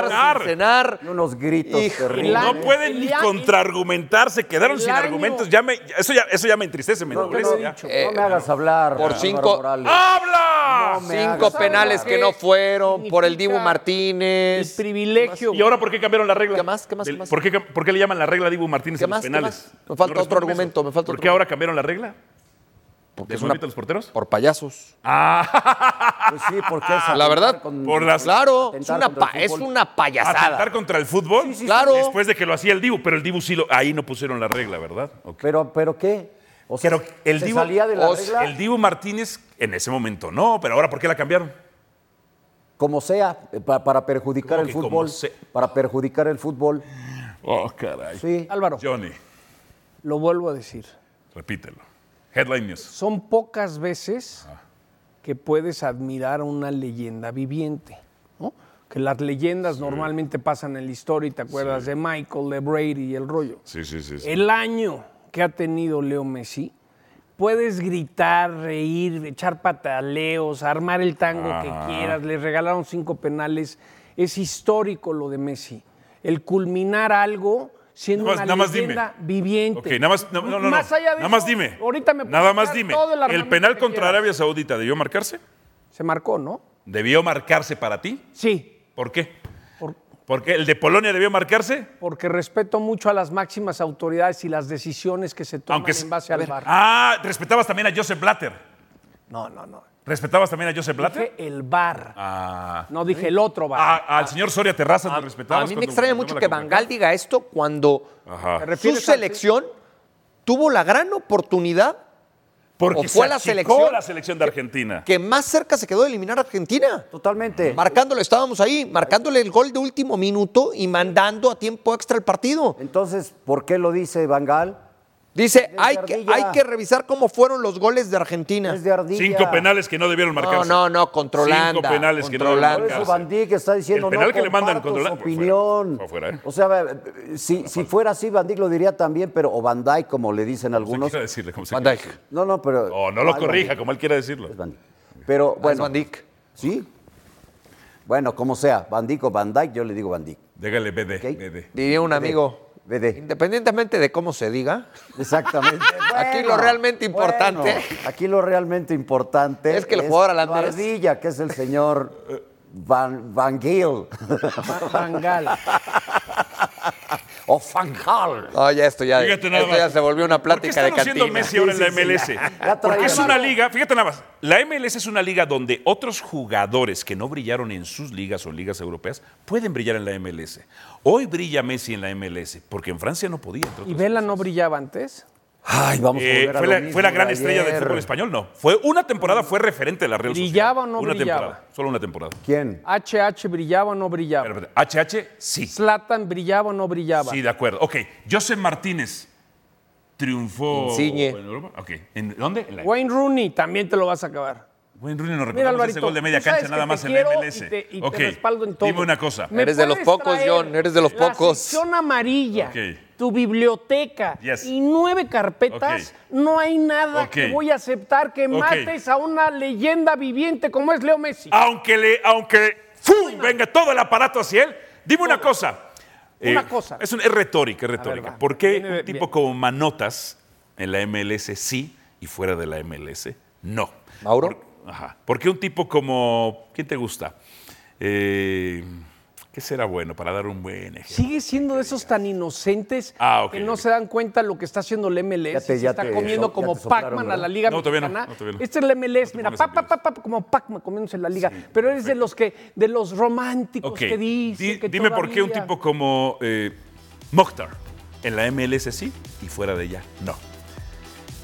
contraargumentar. sin cenar. Y unos gritos Hijo, terribles. la- No pueden ni el año- contraargumentarse, quedaron el sin año- argumentos. Ya me- eso, ya, eso ya me entristece, me No, no, endurece no, ya. no Eh, me hagas hablar. por Álvaro cinco- Morales. ¡Habla! No me Cinco hagas penales hablar. que no fueron. Por el Dibu Significa El Martínez. privilegio. ¿Y ahora por qué cambiaron la regla? ¿Qué más? ¿Qué más? Del- ¿Qué más? ¿Por, qué, cam- por qué le llaman la regla a Dibu Martínez ¿Qué en los más? ¿Qué penales? más? Me falta responden otro argumento, eso. me falta ¿Por otro qué ahora cambiaron la regla? Porque ¿De es una- Manolito los porteros? Por payasos. Pues sí, porque es La verdad, atentar con- Ah, por las- Claro, es atentar una, contra pa- el es fútbol. una ¿Atentar payasada. contra el fútbol? Claro. Después de que lo hacía el Dibu, pero el Dibu sí lo... Ahí no pusieron la regla, ¿verdad? Ok. Pero, pero qué? O sea, Pero el se Dibu- salía de la o- regla El Dibu Martínez en ese momento no, pero ahora ¿por qué la cambiaron? como sea eh, pa- para perjudicar ¿Cómo el que como fútbol, se- para perjudicar el fútbol. Oh, caray. Sí. Álvaro, Johnny, lo vuelvo a decir. repítelo. Headline News. Ah. Son pocas veces que puedes admirar a una leyenda viviente. ¿no? Que las leyendas normalmente pasan en la historia y te acuerdas de Michael, de Brady y el rollo. Sí, sí, sí. sí. El año que ha tenido Leo Messi, puedes gritar, reír, echar pataleos, armar el tango Ajá. que quieras. Le regalaron cinco penales. Es histórico lo de Messi. El culminar algo siendo Nada más- una nada más leyenda dime. viviente. Ok, nada más, no, no, no, Más no. allá de nada eso, más dime. Ahorita me Nada puedes más dar dime. todo el el armamento penal que contra quieras. Arabia Saudita debió marcarse. Se marcó, ¿no? Debió marcarse para ti. Sí, ¿Por qué? Por- ¿Por qué? ¿El de Polonia debió marcarse? porque respeto mucho a las máximas autoridades y las decisiones que se toman Aunque se- en base al bar. Ah, respetabas también a Joseph Blatter. No, no, no. ¿Respetabas también a Joseph Blatter? Dije el bar. Ah. No dije el otro bar. Ah, A- al señor Soria Terrazas lo respetabas. A mí me cuando extraña ganó mucho la que Copa América? Bangal diga esto cuando Ajá. ¿Te su refieres al- selección tuvo la gran oportunidad Porque o se fue la achicó selección la selección de Argentina. que más cerca se quedó de eliminar a Argentina. Totalmente. Marcándole, estábamos ahí, marcándole el gol de último minuto y mandando a tiempo extra el partido. Entonces, ¿por qué lo dice Bangal? Dice, de hay que, ardilla. hay que revisar cómo fueron los goles de Argentina. Es de ardilla. Cinco penales que no debieron No, marcarse. no, no, contra Holanda. Cinco penales contra que no debieron Holanda. Por eso marcarse. Van Dijk está diciendo El penal no que le mandan comparto contra su la- fue fuera, opinión. fue fuera, ¿eh? O sea, eh, si, si fuera así, Van Dijk lo diría también, pero o Van Dijk, como le dicen Usted algunos. quiera decirle cómo se Van quiera. Dijk. No, no, pero. Oh, no lo Ah, corrija, como él quiera decirlo. es Van Dijk. Pero bueno. Ah, Van Dijk. Sí. Bueno, como sea, Van Dijk o Van Dijk, yo le digo Van Dijk. Dégale BD, Ok. BD. Diría un amigo, BD. independientemente de cómo se diga, Exactamente. Aquí lo realmente importante. bueno, aquí lo realmente importante Es que el jugador la holandés- ardilla, que es el señor Van, Van Giel. Bangal. O o Van Gaal. Ah, ya esto ya, Fíjate nada esto más. ya se volvió una ¿Por qué plática están de haciendo cantina. Messi ahora en la Sí, sí, sí. MLS? Ya Porque es traía una algo. liga, fíjate nada más, la MLS es una liga donde otros jugadores que no brillaron en sus ligas o ligas europeas pueden brillar en la MLS. Hoy brilla Messi en la MLS, porque en Francia no podía. entre ¿Y otras Vela cosas. no brillaba antes? Ay, vamos a Eh, volver a fue, lo la, mismo fue la de gran estrella del ayer. fútbol español, no. Fue una temporada, fue referente de la Real Sociedad. ¿Brillaba o no Una brillaba? temporada, solo una temporada. ¿Quién? HH brillaba o no brillaba. Espera, espera, HH, sí. Slatan brillaba o no brillaba. Sí, de acuerdo. Ok, José Martínez triunfó Insigne. en Europa. Ok, ¿en dónde? En la Wayne Rooney también te lo vas a acabar. Wayne Rooney nos Mira, recordamos Alvarito, ese gol de media tú sabes cancha nada que más te en la quiero MLS. Y te, y te Ok, respaldo en todo. Dime una cosa. ¿Me Eres de los puedes pocos, traer John, eres de los la pocos. sección amarilla, Ok. tu biblioteca Yes. y nueve carpetas. No hay nada Ok. que voy a aceptar que Ok. mates a una leyenda viviente como es Leo Messi. Aunque le, aunque ¡fum! venga todo el aparato hacia él, dime una cosa. Eh, Una cosa. Es, un, es retórica, es retórica. va. ¿Por qué Viene un bien. tipo como Manotas en la MLS sí y fuera de la MLS no? ¿Mauro? Por- ajá. ¿Por qué un tipo como. ¿Quién te gusta? Eh, ¿Qué será bueno para dar un buen ejemplo? Sigue siendo de esos tan inocentes Ah, ok, que no ok. se dan cuenta lo que está haciendo el MLS. Ya te- se ya está te- comiendo ya te como soplaron, Pac-Man a ¿verdad? la Liga No, todavía no, Mexicana. no, todavía no. Este es el MLS, No te mira, pongas pa, pa, nervioso. pa, pa, como Pac-Man comiéndose la Liga. Pero eres de los que, de los románticos Ok. que dicen Di- que dime por qué un todavía- tipo como eh, Mokhtar en la MLS sí y fuera de ella no.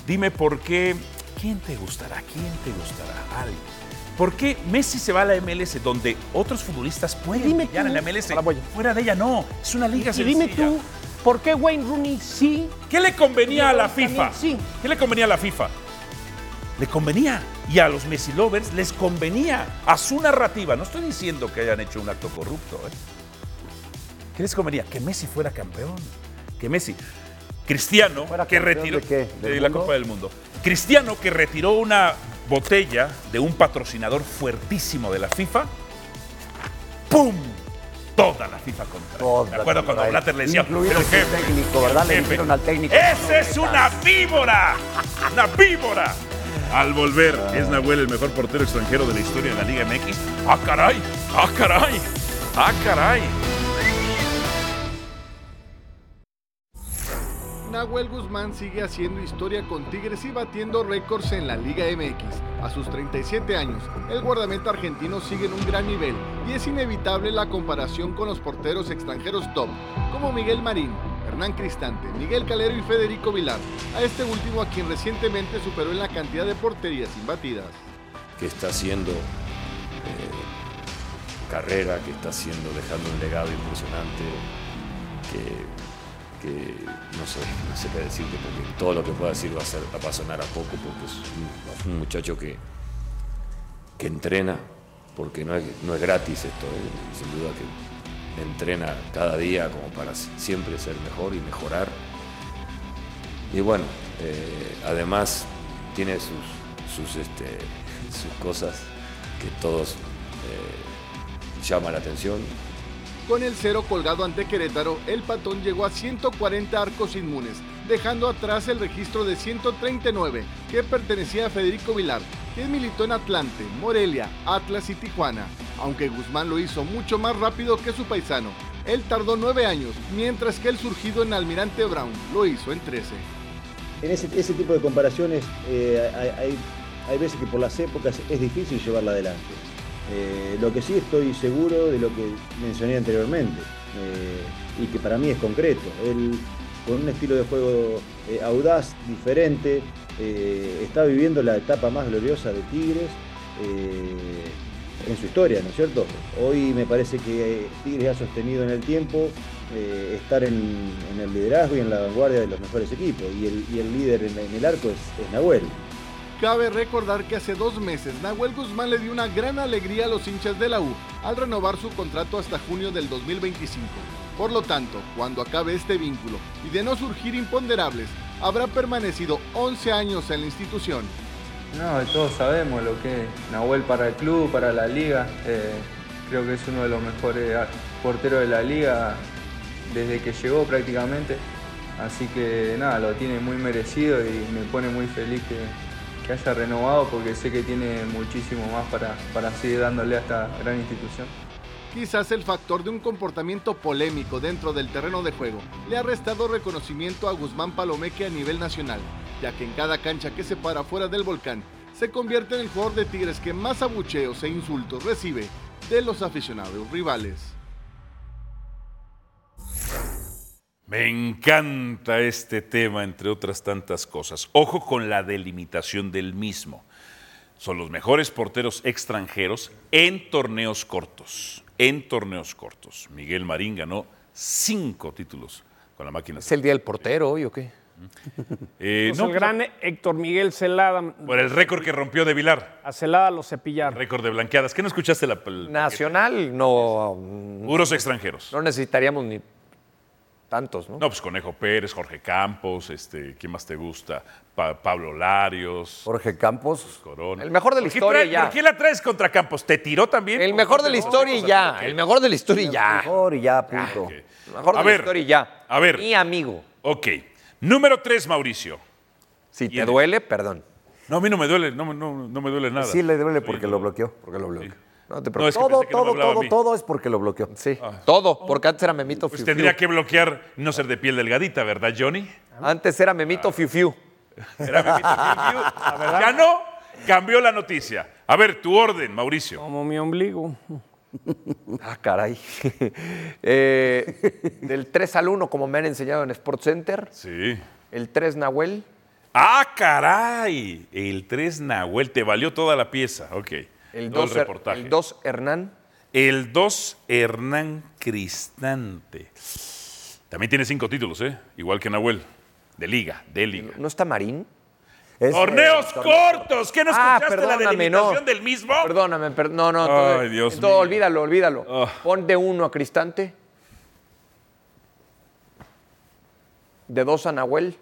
Dime por qué. ¿Quién te gustará? ¿Quién te gustará? Alguien. ¿Por qué Messi se va a la MLS donde otros futbolistas pueden Dime brillar tú. en la MLS? Ahora voy. Fuera de ella no. Es una liga Y dime sencilla. tú, ¿por qué Wayne Rooney sí? ¿Qué le convenía a la También FIFA? sí. ¿Qué le convenía a la FIFA? Le convenía. Y a los Messi lovers les convenía. A su narrativa. No estoy diciendo que hayan hecho un acto corrupto. ¿eh? ¿Qué les convenía? Que Messi fuera campeón. Que Messi. Cristiano, ¿Fuera que campeón retiró. de qué? ¿Del la mundo? Copa del Mundo. Cristiano, que retiró una botella de un patrocinador fuertísimo de la FIFA. ¡Pum! Toda la FIFA contra. él. Toda ¿De acuerdo? Cuando contra él. Blatter le decía, Incluido "Pero su jefe, técnico, ¿verdad? Le jefe". dijeron al técnico, ¡Esa "No es una víbora! ¡Una víbora! Al volver, es Nahuel el mejor portero extranjero de la historia de la Liga MX. ¡Ah, caray! ¡Ah, caray! ¡Ah, caray! Nahuel Guzmán sigue haciendo historia con Tigres y batiendo récords en la Liga MX. A sus 37 años, el guardameta argentino sigue en un gran nivel y es inevitable la comparación con los porteros extranjeros top, como Miguel Marín, Hernán Cristante, Miguel Calero y Federico Vilar, a este último a quien recientemente superó en la cantidad de porterías imbatidas. que está haciendo eh, carrera, que está haciendo, dejando un legado impresionante, que, que no sé, no sé qué decirte, porque todo lo que pueda decir va a, ser, va a sonar a poco, porque es un, un muchacho que, que entrena, porque no es, no es gratis esto, eh, sin duda que entrena cada día como para si- siempre ser mejor y mejorar. Y bueno, eh, además tiene sus, sus, este, sus cosas que todos eh, llaman la atención. Con el cero colgado ante Querétaro, el patón llegó a 140 arcos inmunes, dejando atrás el registro de 139 que pertenecía a Federico Vilar, quien militó en Atlante, Morelia, Atlas y Tijuana. Aunque Guzmán lo hizo mucho más rápido que su paisano, él tardó 9 años, mientras que el surgido en Almirante Brown lo hizo en 13. En ese, ese tipo de comparaciones eh, hay, hay- hay veces que por las épocas es difícil llevarla adelante. Eh, lo que sí estoy seguro de lo que mencioné anteriormente eh, y que para mí es concreto. Él con un estilo de juego eh, audaz, diferente, eh, está viviendo la etapa más gloriosa de Tigres eh, en su historia, ¿no es cierto? Hoy me parece que Tigres ha sostenido en el tiempo eh, estar en, en el liderazgo y en la vanguardia de los mejores equipos. Y el, y el líder en, en el arco es, es Nahuel. Cabe recordar que hace dos meses Nahuel Guzmán le dio una gran alegría a los hinchas de la U al renovar su contrato hasta junio del 2025. Por lo tanto, cuando acabe este vínculo y de no surgir imponderables, habrá permanecido 11 años en la institución. No, todos sabemos lo que es Nahuel para el club, para la liga. Eh, creo que es uno de los mejores a- porteros de la liga desde que llegó prácticamente. Así que nada, lo tiene muy merecido y me pone muy feliz que, que haya renovado porque sé que tiene muchísimo más para, para seguir dándole a esta gran institución. Quizás el factor de un comportamiento polémico dentro del terreno de juego le ha restado reconocimiento a Guzmán Palomeque a nivel nacional, ya que en cada cancha que se para fuera del volcán, se convierte en el jugador de Tigres que más abucheos e insultos recibe de los aficionados rivales. Me encanta este tema, entre otras tantas cosas. Ojo con la delimitación del mismo. Son los mejores porteros extranjeros en torneos cortos. En torneos cortos. Miguel Marín ganó cinco títulos con la máquina. ¿Es el día del portero hoy o qué? Eh, Pues no, el gran Héctor Miguel Celada. mm, Por el récord que rompió de Vilar. A Celada lo cepillaron. Récord de blanqueadas. ¿Qué no escuchaste la... el- Nacional, no. Puros extranjeros. No necesitaríamos ni tantos, ¿no? No, pues Conejo Pérez, Jorge Campos, este, ¿quién más te gusta? Pa- Pablo Larios. Pues Jorge Campos. Corona. El mejor de la ¿Por qué historia trae- ya. ¿Por qué la traes contra Campos? ¿Te tiró también? El mejor de la historia y ya. El mejor de la historia y ya. Mejor y ya, punto. Ah, El mejor de A la ver, historia y ya. a ver. Mi amigo. Ok. Número tres, Mauricio. Si te ¿Quién? duele, perdón. No, a mí no me duele, no, me- no- no me duele nada. Sí le duele porque lo bloqueó. Porque lo bloqueo. No te No, preocupes. es que Todo, pensé que no me todo, hablaba a todo, mí. todo es porque lo bloqueó. Ah. Sí. Todo, porque antes era Memito Pues Fiu tendría Fiu. que bloquear no ser de piel delgadita, ¿verdad, Johnny? Ah. Antes era Memito Fiu Fiu. Era mi Fiu-Fiu. ya no, cambió la noticia. A ver, tu orden, Mauricio. Como mi ombligo. Ah, caray. Eh, del 3 al 1, como me han enseñado en Sports Center. Sí. El 3 Nahuel. ¡Ah, caray! El 3 Nahuel, te valió toda la pieza. Ok. El Todo 2 el reportaje. el 2 Hernán. El 2, Hernán Cristante. También tiene cinco títulos, ¿eh? Igual que Nahuel. De liga, de liga. ¿No está Marín? eh, Es- ¡Torneos cortos! ¿Qué nos Ah, escuchaste la perdóname, delimitación no. del mismo? Perdóname, per- no, no. Ay, entonces- Dios entonces, mío. olvídalo, olvídalo. Ah. Pon de 1 a Cristante. De 2 a Nahuel.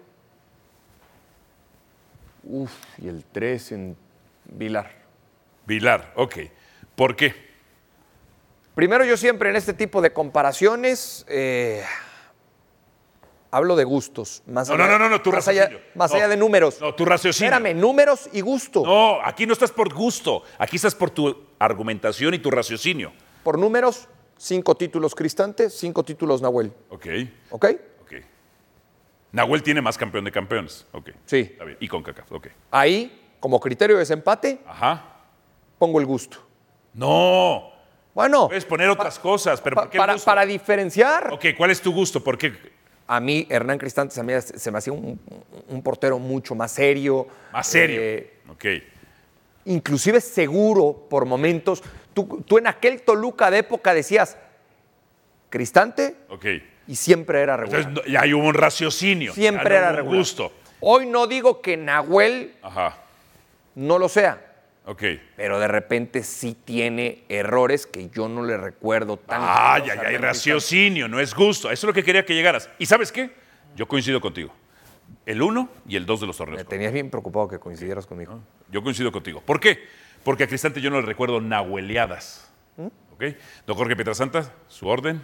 Uf, y el 3 en Vilar. Vilar, ok. ¿Por qué? Primero, yo siempre en este tipo de comparaciones eh, hablo de gustos. Más No, allá, no, no, no, no, tu más allá, raciocinio. más No, allá de números. no, tu raciocinio. Espérame, números y gusto. No, aquí no estás por gusto. Aquí estás por tu argumentación y tu raciocinio. Por números, cinco títulos Cristante, cinco títulos Nahuel. Ok, ¿Ok? ok. Nahuel tiene más campeón de campeones. Ok. Sí. Está bien. Y con Cacaf, ok. Ahí, como criterio de desempate, Ajá. pongo el gusto. No. Bueno, Puedes poner otras cosas, pero pa- ¿por qué el para, gusto? para diferenciar, Ok, ¿cuál es tu gusto? ¿Por qué? a mí Hernán Cristante se me, se me hacía un, un portero mucho más serio. Más serio. eh, ok. inclusive seguro por momentos. Tú, tú en aquel Toluca de época decías, Cristante, Ok. y siempre era regular. Entonces, no- ya ahí hubo un raciocinio. siempre ya era no hubo un regular. gusto. Hoy no digo que Nahuel Ajá. no lo sea, Ok. pero de repente sí tiene errores que yo no le recuerdo tan. Ah, claros ya, a ya Hernán hay Cristante. raciocinio, no es gusto. Eso es lo que quería que llegaras. ¿Y sabes qué? Yo coincido contigo. El 1 y el 2 de los torneos. Ah, Me tenías bien preocupado que coincidieras conmigo. Yo coincido contigo. ¿Por qué? Porque a Cristante yo no le recuerdo nahueleadas. ¿Mm? ¿Ok? Don Jorge Pietrasanta, su orden.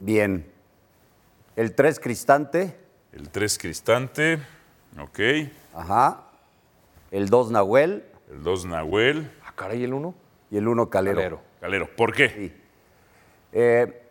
Bien. El 3 Cristante. El 3 Cristante. Ok. El Ajá. El 2 Nahuel. 2 Nahuel. Ah, caray, el uno. Y el 1 Calero. Calero. Calero. ¿Por qué? Eh,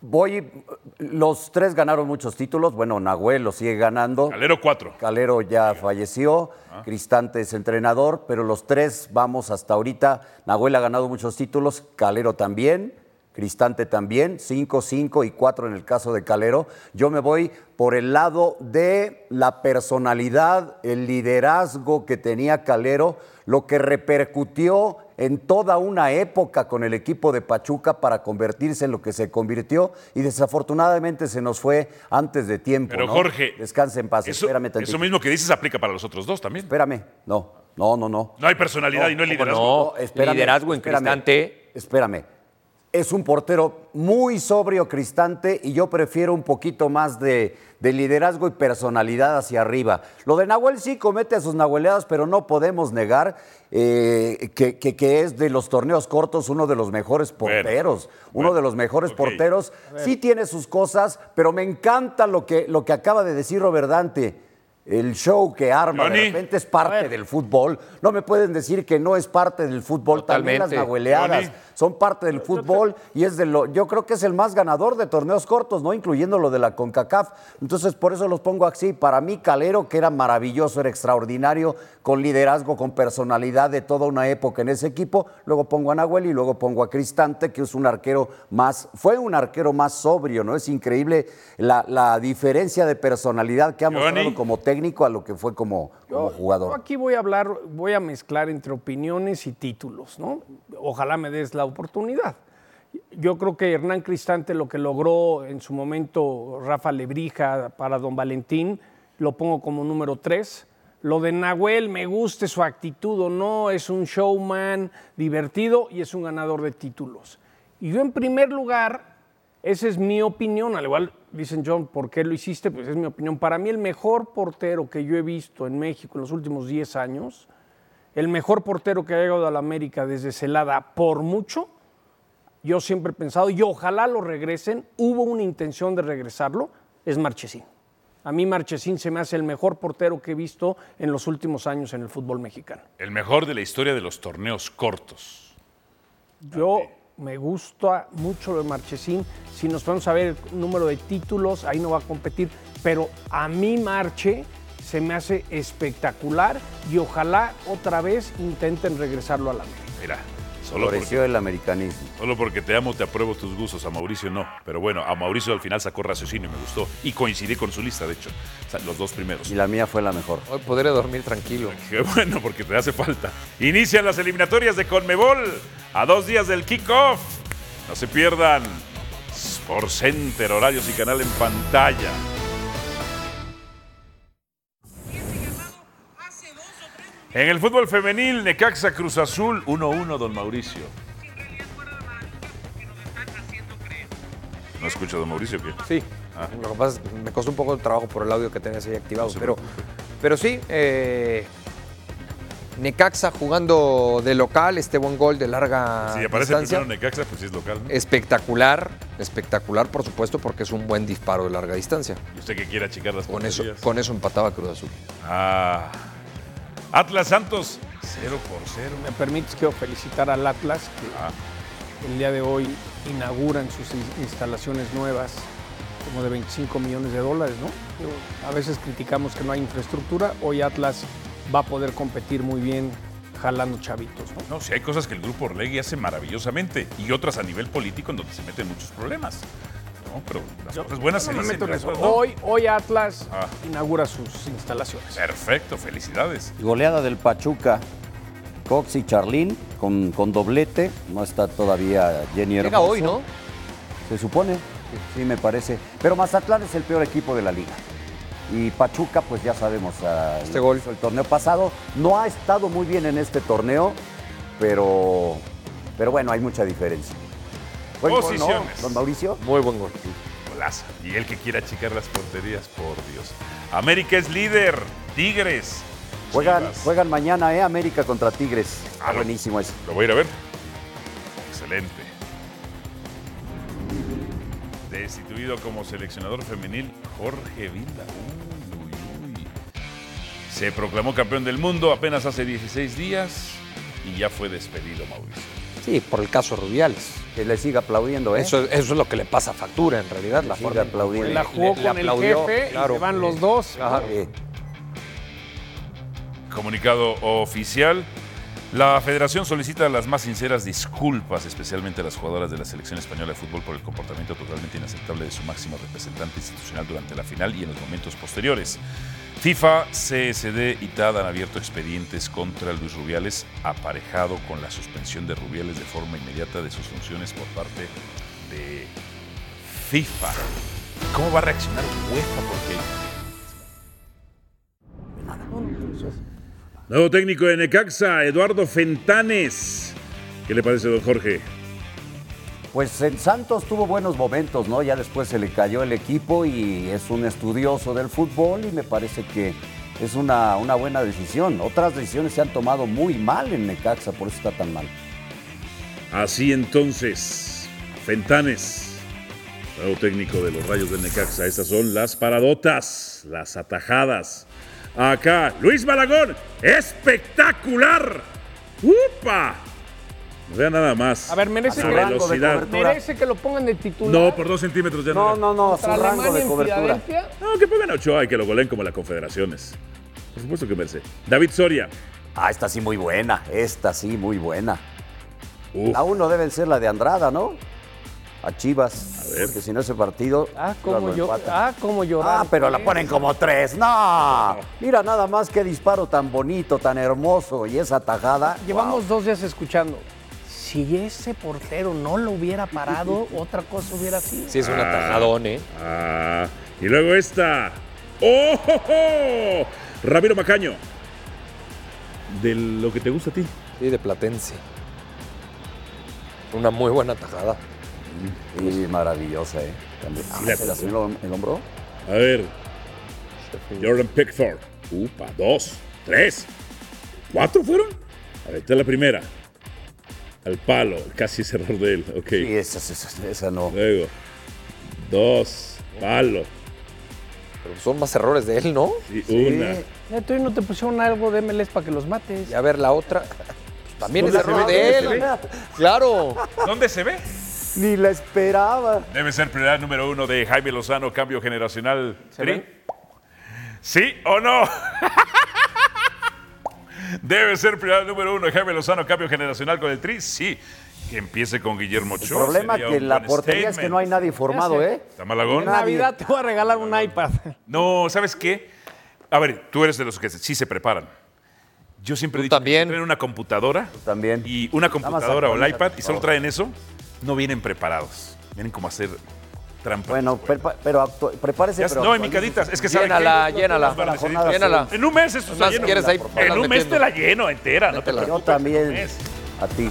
voy. Los tres ganaron muchos títulos. Bueno, Nahuel lo sigue ganando. Calero 4. Calero ya falleció, Cristante es entrenador, pero los tres vamos hasta ahorita. Nahuel ha ganado muchos títulos, Calero también, Cristante también, 5, 5 y 4 en el caso de Calero. Yo me voy por el lado de la personalidad, el liderazgo que tenía Calero, lo que repercutió en toda una época con el equipo de Pachuca para convertirse en lo que se convirtió y desafortunadamente se nos fue antes de tiempo. Pero ¿no? Jorge, descanse en paz. Eso, Espérame tantito. eso mismo que dices aplica para los otros dos también. Espérame. No, no, no, no. No hay personalidad y no hay ¿cómo liderazgo. no? Liderazgo en Cristante. Espérame. Es un portero muy sobrio, Cristante, y yo prefiero un poquito más de, de liderazgo y personalidad hacia arriba. Lo de Nahuel sí comete sus nahueleadas, pero no podemos negar eh, que, que- que es de los torneos cortos uno de los mejores Bueno, porteros. uno bueno, de los mejores ok. porteros. Sí tiene sus cosas, pero me encanta lo que, lo que acaba de decir Robert Dante. El show que arma de repente es parte del fútbol. No me pueden decir que no es parte del fútbol. También las Totalmente. nahueleadas Johnny. son parte del fútbol y es de lo. Yo creo que es el más ganador de torneos cortos, ¿no? Incluyendo lo de la CONCACAF. Entonces, por eso los pongo así. Para mí, Calero, que era maravilloso, era extraordinario, con liderazgo, con personalidad de toda una época en ese equipo. Luego pongo a Nahuel y luego pongo a Cristante, que es un arquero más. Fue un arquero más sobrio, ¿no? Es increíble la, la diferencia de personalidad que ha mostrado Johnny. como técnico a lo que fue como, como Yo jugador. aquí voy a hablar, voy a mezclar entre opiniones y títulos, ¿no? Ojalá me des la oportunidad. Yo creo que Hernán Cristante lo que logró en su momento Rafa Lebrija para Don Valentín, lo pongo como número tres. Lo de Nahuel, me guste su actitud o no, es un showman divertido y es un ganador de títulos. Y yo en primer lugar, esa es mi opinión, al igual dicen John, ¿por qué lo hiciste? Pues es mi opinión. Para mí el mejor portero que yo he visto en México en los últimos 10 años, el mejor portero que ha llegado a la América desde Celada por mucho, yo siempre he pensado, y ojalá lo regresen, hubo una intención de regresarlo, es Marchesín. A mí Marchesín se me hace el mejor portero que he visto en los últimos años en el fútbol mexicano. El mejor de la historia de los torneos cortos. Yo me gusta mucho lo de Marchesín. Si nos vamos a ver el número de títulos, ahí no va a competir. Pero a mí Marche se me hace espectacular y ojalá otra vez intenten regresarlo a la América. Mira, solo porque, Floreció el americanismo. solo porque te amo, te apruebo tus gustos. A Mauricio no. Pero bueno, a Mauricio al final sacó raciocinio, me gustó. Y coincidí con su lista, de hecho. O sea, los dos primeros. Y la mía fue la mejor. Hoy podré dormir tranquilo. Qué bueno, porque te hace falta. Inician las eliminatorias de Conmebol a dos días del kickoff. No se pierdan. Sport Center, horarios y canal en pantalla. En el fútbol femenil, Necaxa Cruz Azul 1-1, don Mauricio. No escucho a don Mauricio, ¿qué? Ah. Sí. Lo que pasa es que me costó un poco de trabajo por el audio que tenías ahí activado. pero, pero sí, eh, Necaxa jugando de local, este buen gol de larga Si aparece Ah, distancia. primero Necaxa, pues sí es local. ¿no? Espectacular, espectacular por supuesto porque es un buen disparo de larga distancia. ¿Y usted que quiere achicar las Con eso, porterías? con eso empataba Cruz Azul. Ah. Atlas Santos, 0 por Ah. 0. Me permites quiero felicitar al Atlas que el día de hoy inauguran sus in- instalaciones nuevas como de 25 millones de dólares, ¿no? Digo, A veces criticamos que no hay infraestructura, hoy Atlas va a poder competir muy bien jalando chavitos, ¿no? No, si hay cosas que el grupo Orlegui hace maravillosamente y otras a nivel político en donde se meten muchos problemas. No, pero las cosas buenas Yo se no me dicen. meto en las eso. otras no. Hoy, hoy Atlas Ah. inaugura sus instalaciones. Perfecto, felicidades. Goleada del Pachuca. Cox y Charlín con, con doblete. No está todavía Jenny Llega Hermoso. hoy, ¿no? Se supone. Sí, me parece. Pero Mazatlán es el peor equipo de la liga. Y Pachuca, pues ya sabemos, ah, Este gol. hizo el torneo pasado. No ha estado muy bien en este torneo, pero, pero bueno, hay mucha diferencia. Buen gol, ¿no, Posiciones. don Mauricio? Muy buen gol. Golazo. Y el que quiera achicar las porterías, por Dios. América es líder. Tigres. Juegan, Chivas. juegan mañana, ¿eh? América contra Tigres. Ah, lo- Buenísimo eso. Lo voy a ir a ver. Excelente. Destituido como seleccionador femenil, Jorge Vilda. Uy, uy, uy. Se proclamó campeón del mundo apenas hace 16 días y ya fue despedido, Mauricio. Sí, por el caso Rubiales. Que le siga aplaudiendo, ¿eh? Eso, eso es lo que le pasa factura en realidad. La Sí, forma le en que aplaudió. le- La jugó le- le con el aplaudió, jefe claro. y se van los dos. Ajá. Eh, Comunicado oficial. La federación solicita las más sinceras disculpas, especialmente a las jugadoras de la selección española de fútbol, por el comportamiento totalmente inaceptable de su máximo representante institucional durante la final y en los momentos posteriores. FIFA, CSD y TAD han abierto expedientes contra Luis Rubiales, aparejado con la suspensión de Rubiales de forma inmediata de sus funciones por parte de FIFA. ¿Cómo va a reaccionar UEFA? Porque Nuevo técnico de Necaxa, Eduardo Fentanes. ¿Qué le parece, don Jorge? Pues en Santos tuvo buenos momentos, ¿no? Ya después se le cayó el equipo y es un estudioso del fútbol y me parece que es una, una buena decisión. Otras decisiones se han tomado muy mal en Necaxa, por eso está tan mal. Así entonces, Fentanes Nuevo técnico de los Rayos del Necaxa. Estas son las paradotas, las atajadas. Acá, Luis Balagón, espectacular. ¡Upa! Vean nada más. A ver, merece Su que, velocidad. merece que lo pongan de titular. No, por dos centímetros ya no. Contra Alemania en Filadelfia. No, que pongan a Ochoa y que lo goleen como las confederaciones. Por supuesto que merece. David Soria. Ah, esta sí muy buena, esta sí muy buena. La uno debe ser la de Andrada, ¿no? A Chivas. Porque si no ese partido. Ah, Chivas cómo lo yo, empata. ah, cómo llorar. Ah, pero la ponen como tres. ¡No! Mira nada más qué disparo tan bonito, tan hermoso y esa tajada. Llevamos dos días escuchando. Si ese portero no lo hubiera parado, otra cosa hubiera sido. Sí, es un Ah, atajadón, ¿eh? Ah, y luego esta. ¡Oh! oh, oh! Ramiro Macaño. De lo que te gusta a ti. Sí, de Platense. Una muy buena tajada. Sí, maravillosa, ¿eh? También. Ah, la- ¿se la subió el, el hombro? A ver. Jordan Pickford. Upa, dos, tres. ¿Cuatro fueron? A ver, esta es la primera. Al palo, casi es error de él. Ok. Sí, esa, no. Luego, dos, palo. Pero son más errores de él, ¿no? Sí, Una. Ya tú no te pusieron algo de MLS para que los mates. Y a ver la otra. También es ¿Dónde error se ve? de ¿Dónde él. Claro. ¿Dónde se ve? Ni la esperaba. Debe ser prioridad número uno de Jaime Lozano, cambio generacional. ¿Se Tri. ven? ¿Sí o no? Debe ser prioridad número uno de Jaime Lozano, cambio generacional con el Tri. Sí. Que empiece con Guillermo El Ochoa. problema sería que un la buen portería es que statement. no hay nadie formado, Ya sé. ¿eh? ¿Está Malagón? En Navidad te voy a regalar un iPad. No, ¿sabes qué? A ver, tú eres de los que sí se preparan. Yo siempre he dicho también. que traen una computadora también. y una computadora o el actualízate, iPad y por solo favor. traen eso, no vienen preparados. Vienen como a hacer trampa. Bueno, prepa- pero actu- prepárese. Ya- pero no, en mi actualícese. cadita, es que Llénala, saben qué? llénala. Los verdecitos. La jornada Llénala. En un mes esto está Más lleno. quieres ahí, en ponlas un mes metiendo. te la lleno entera, no te Yo preocupes. Un también. mes. A ti.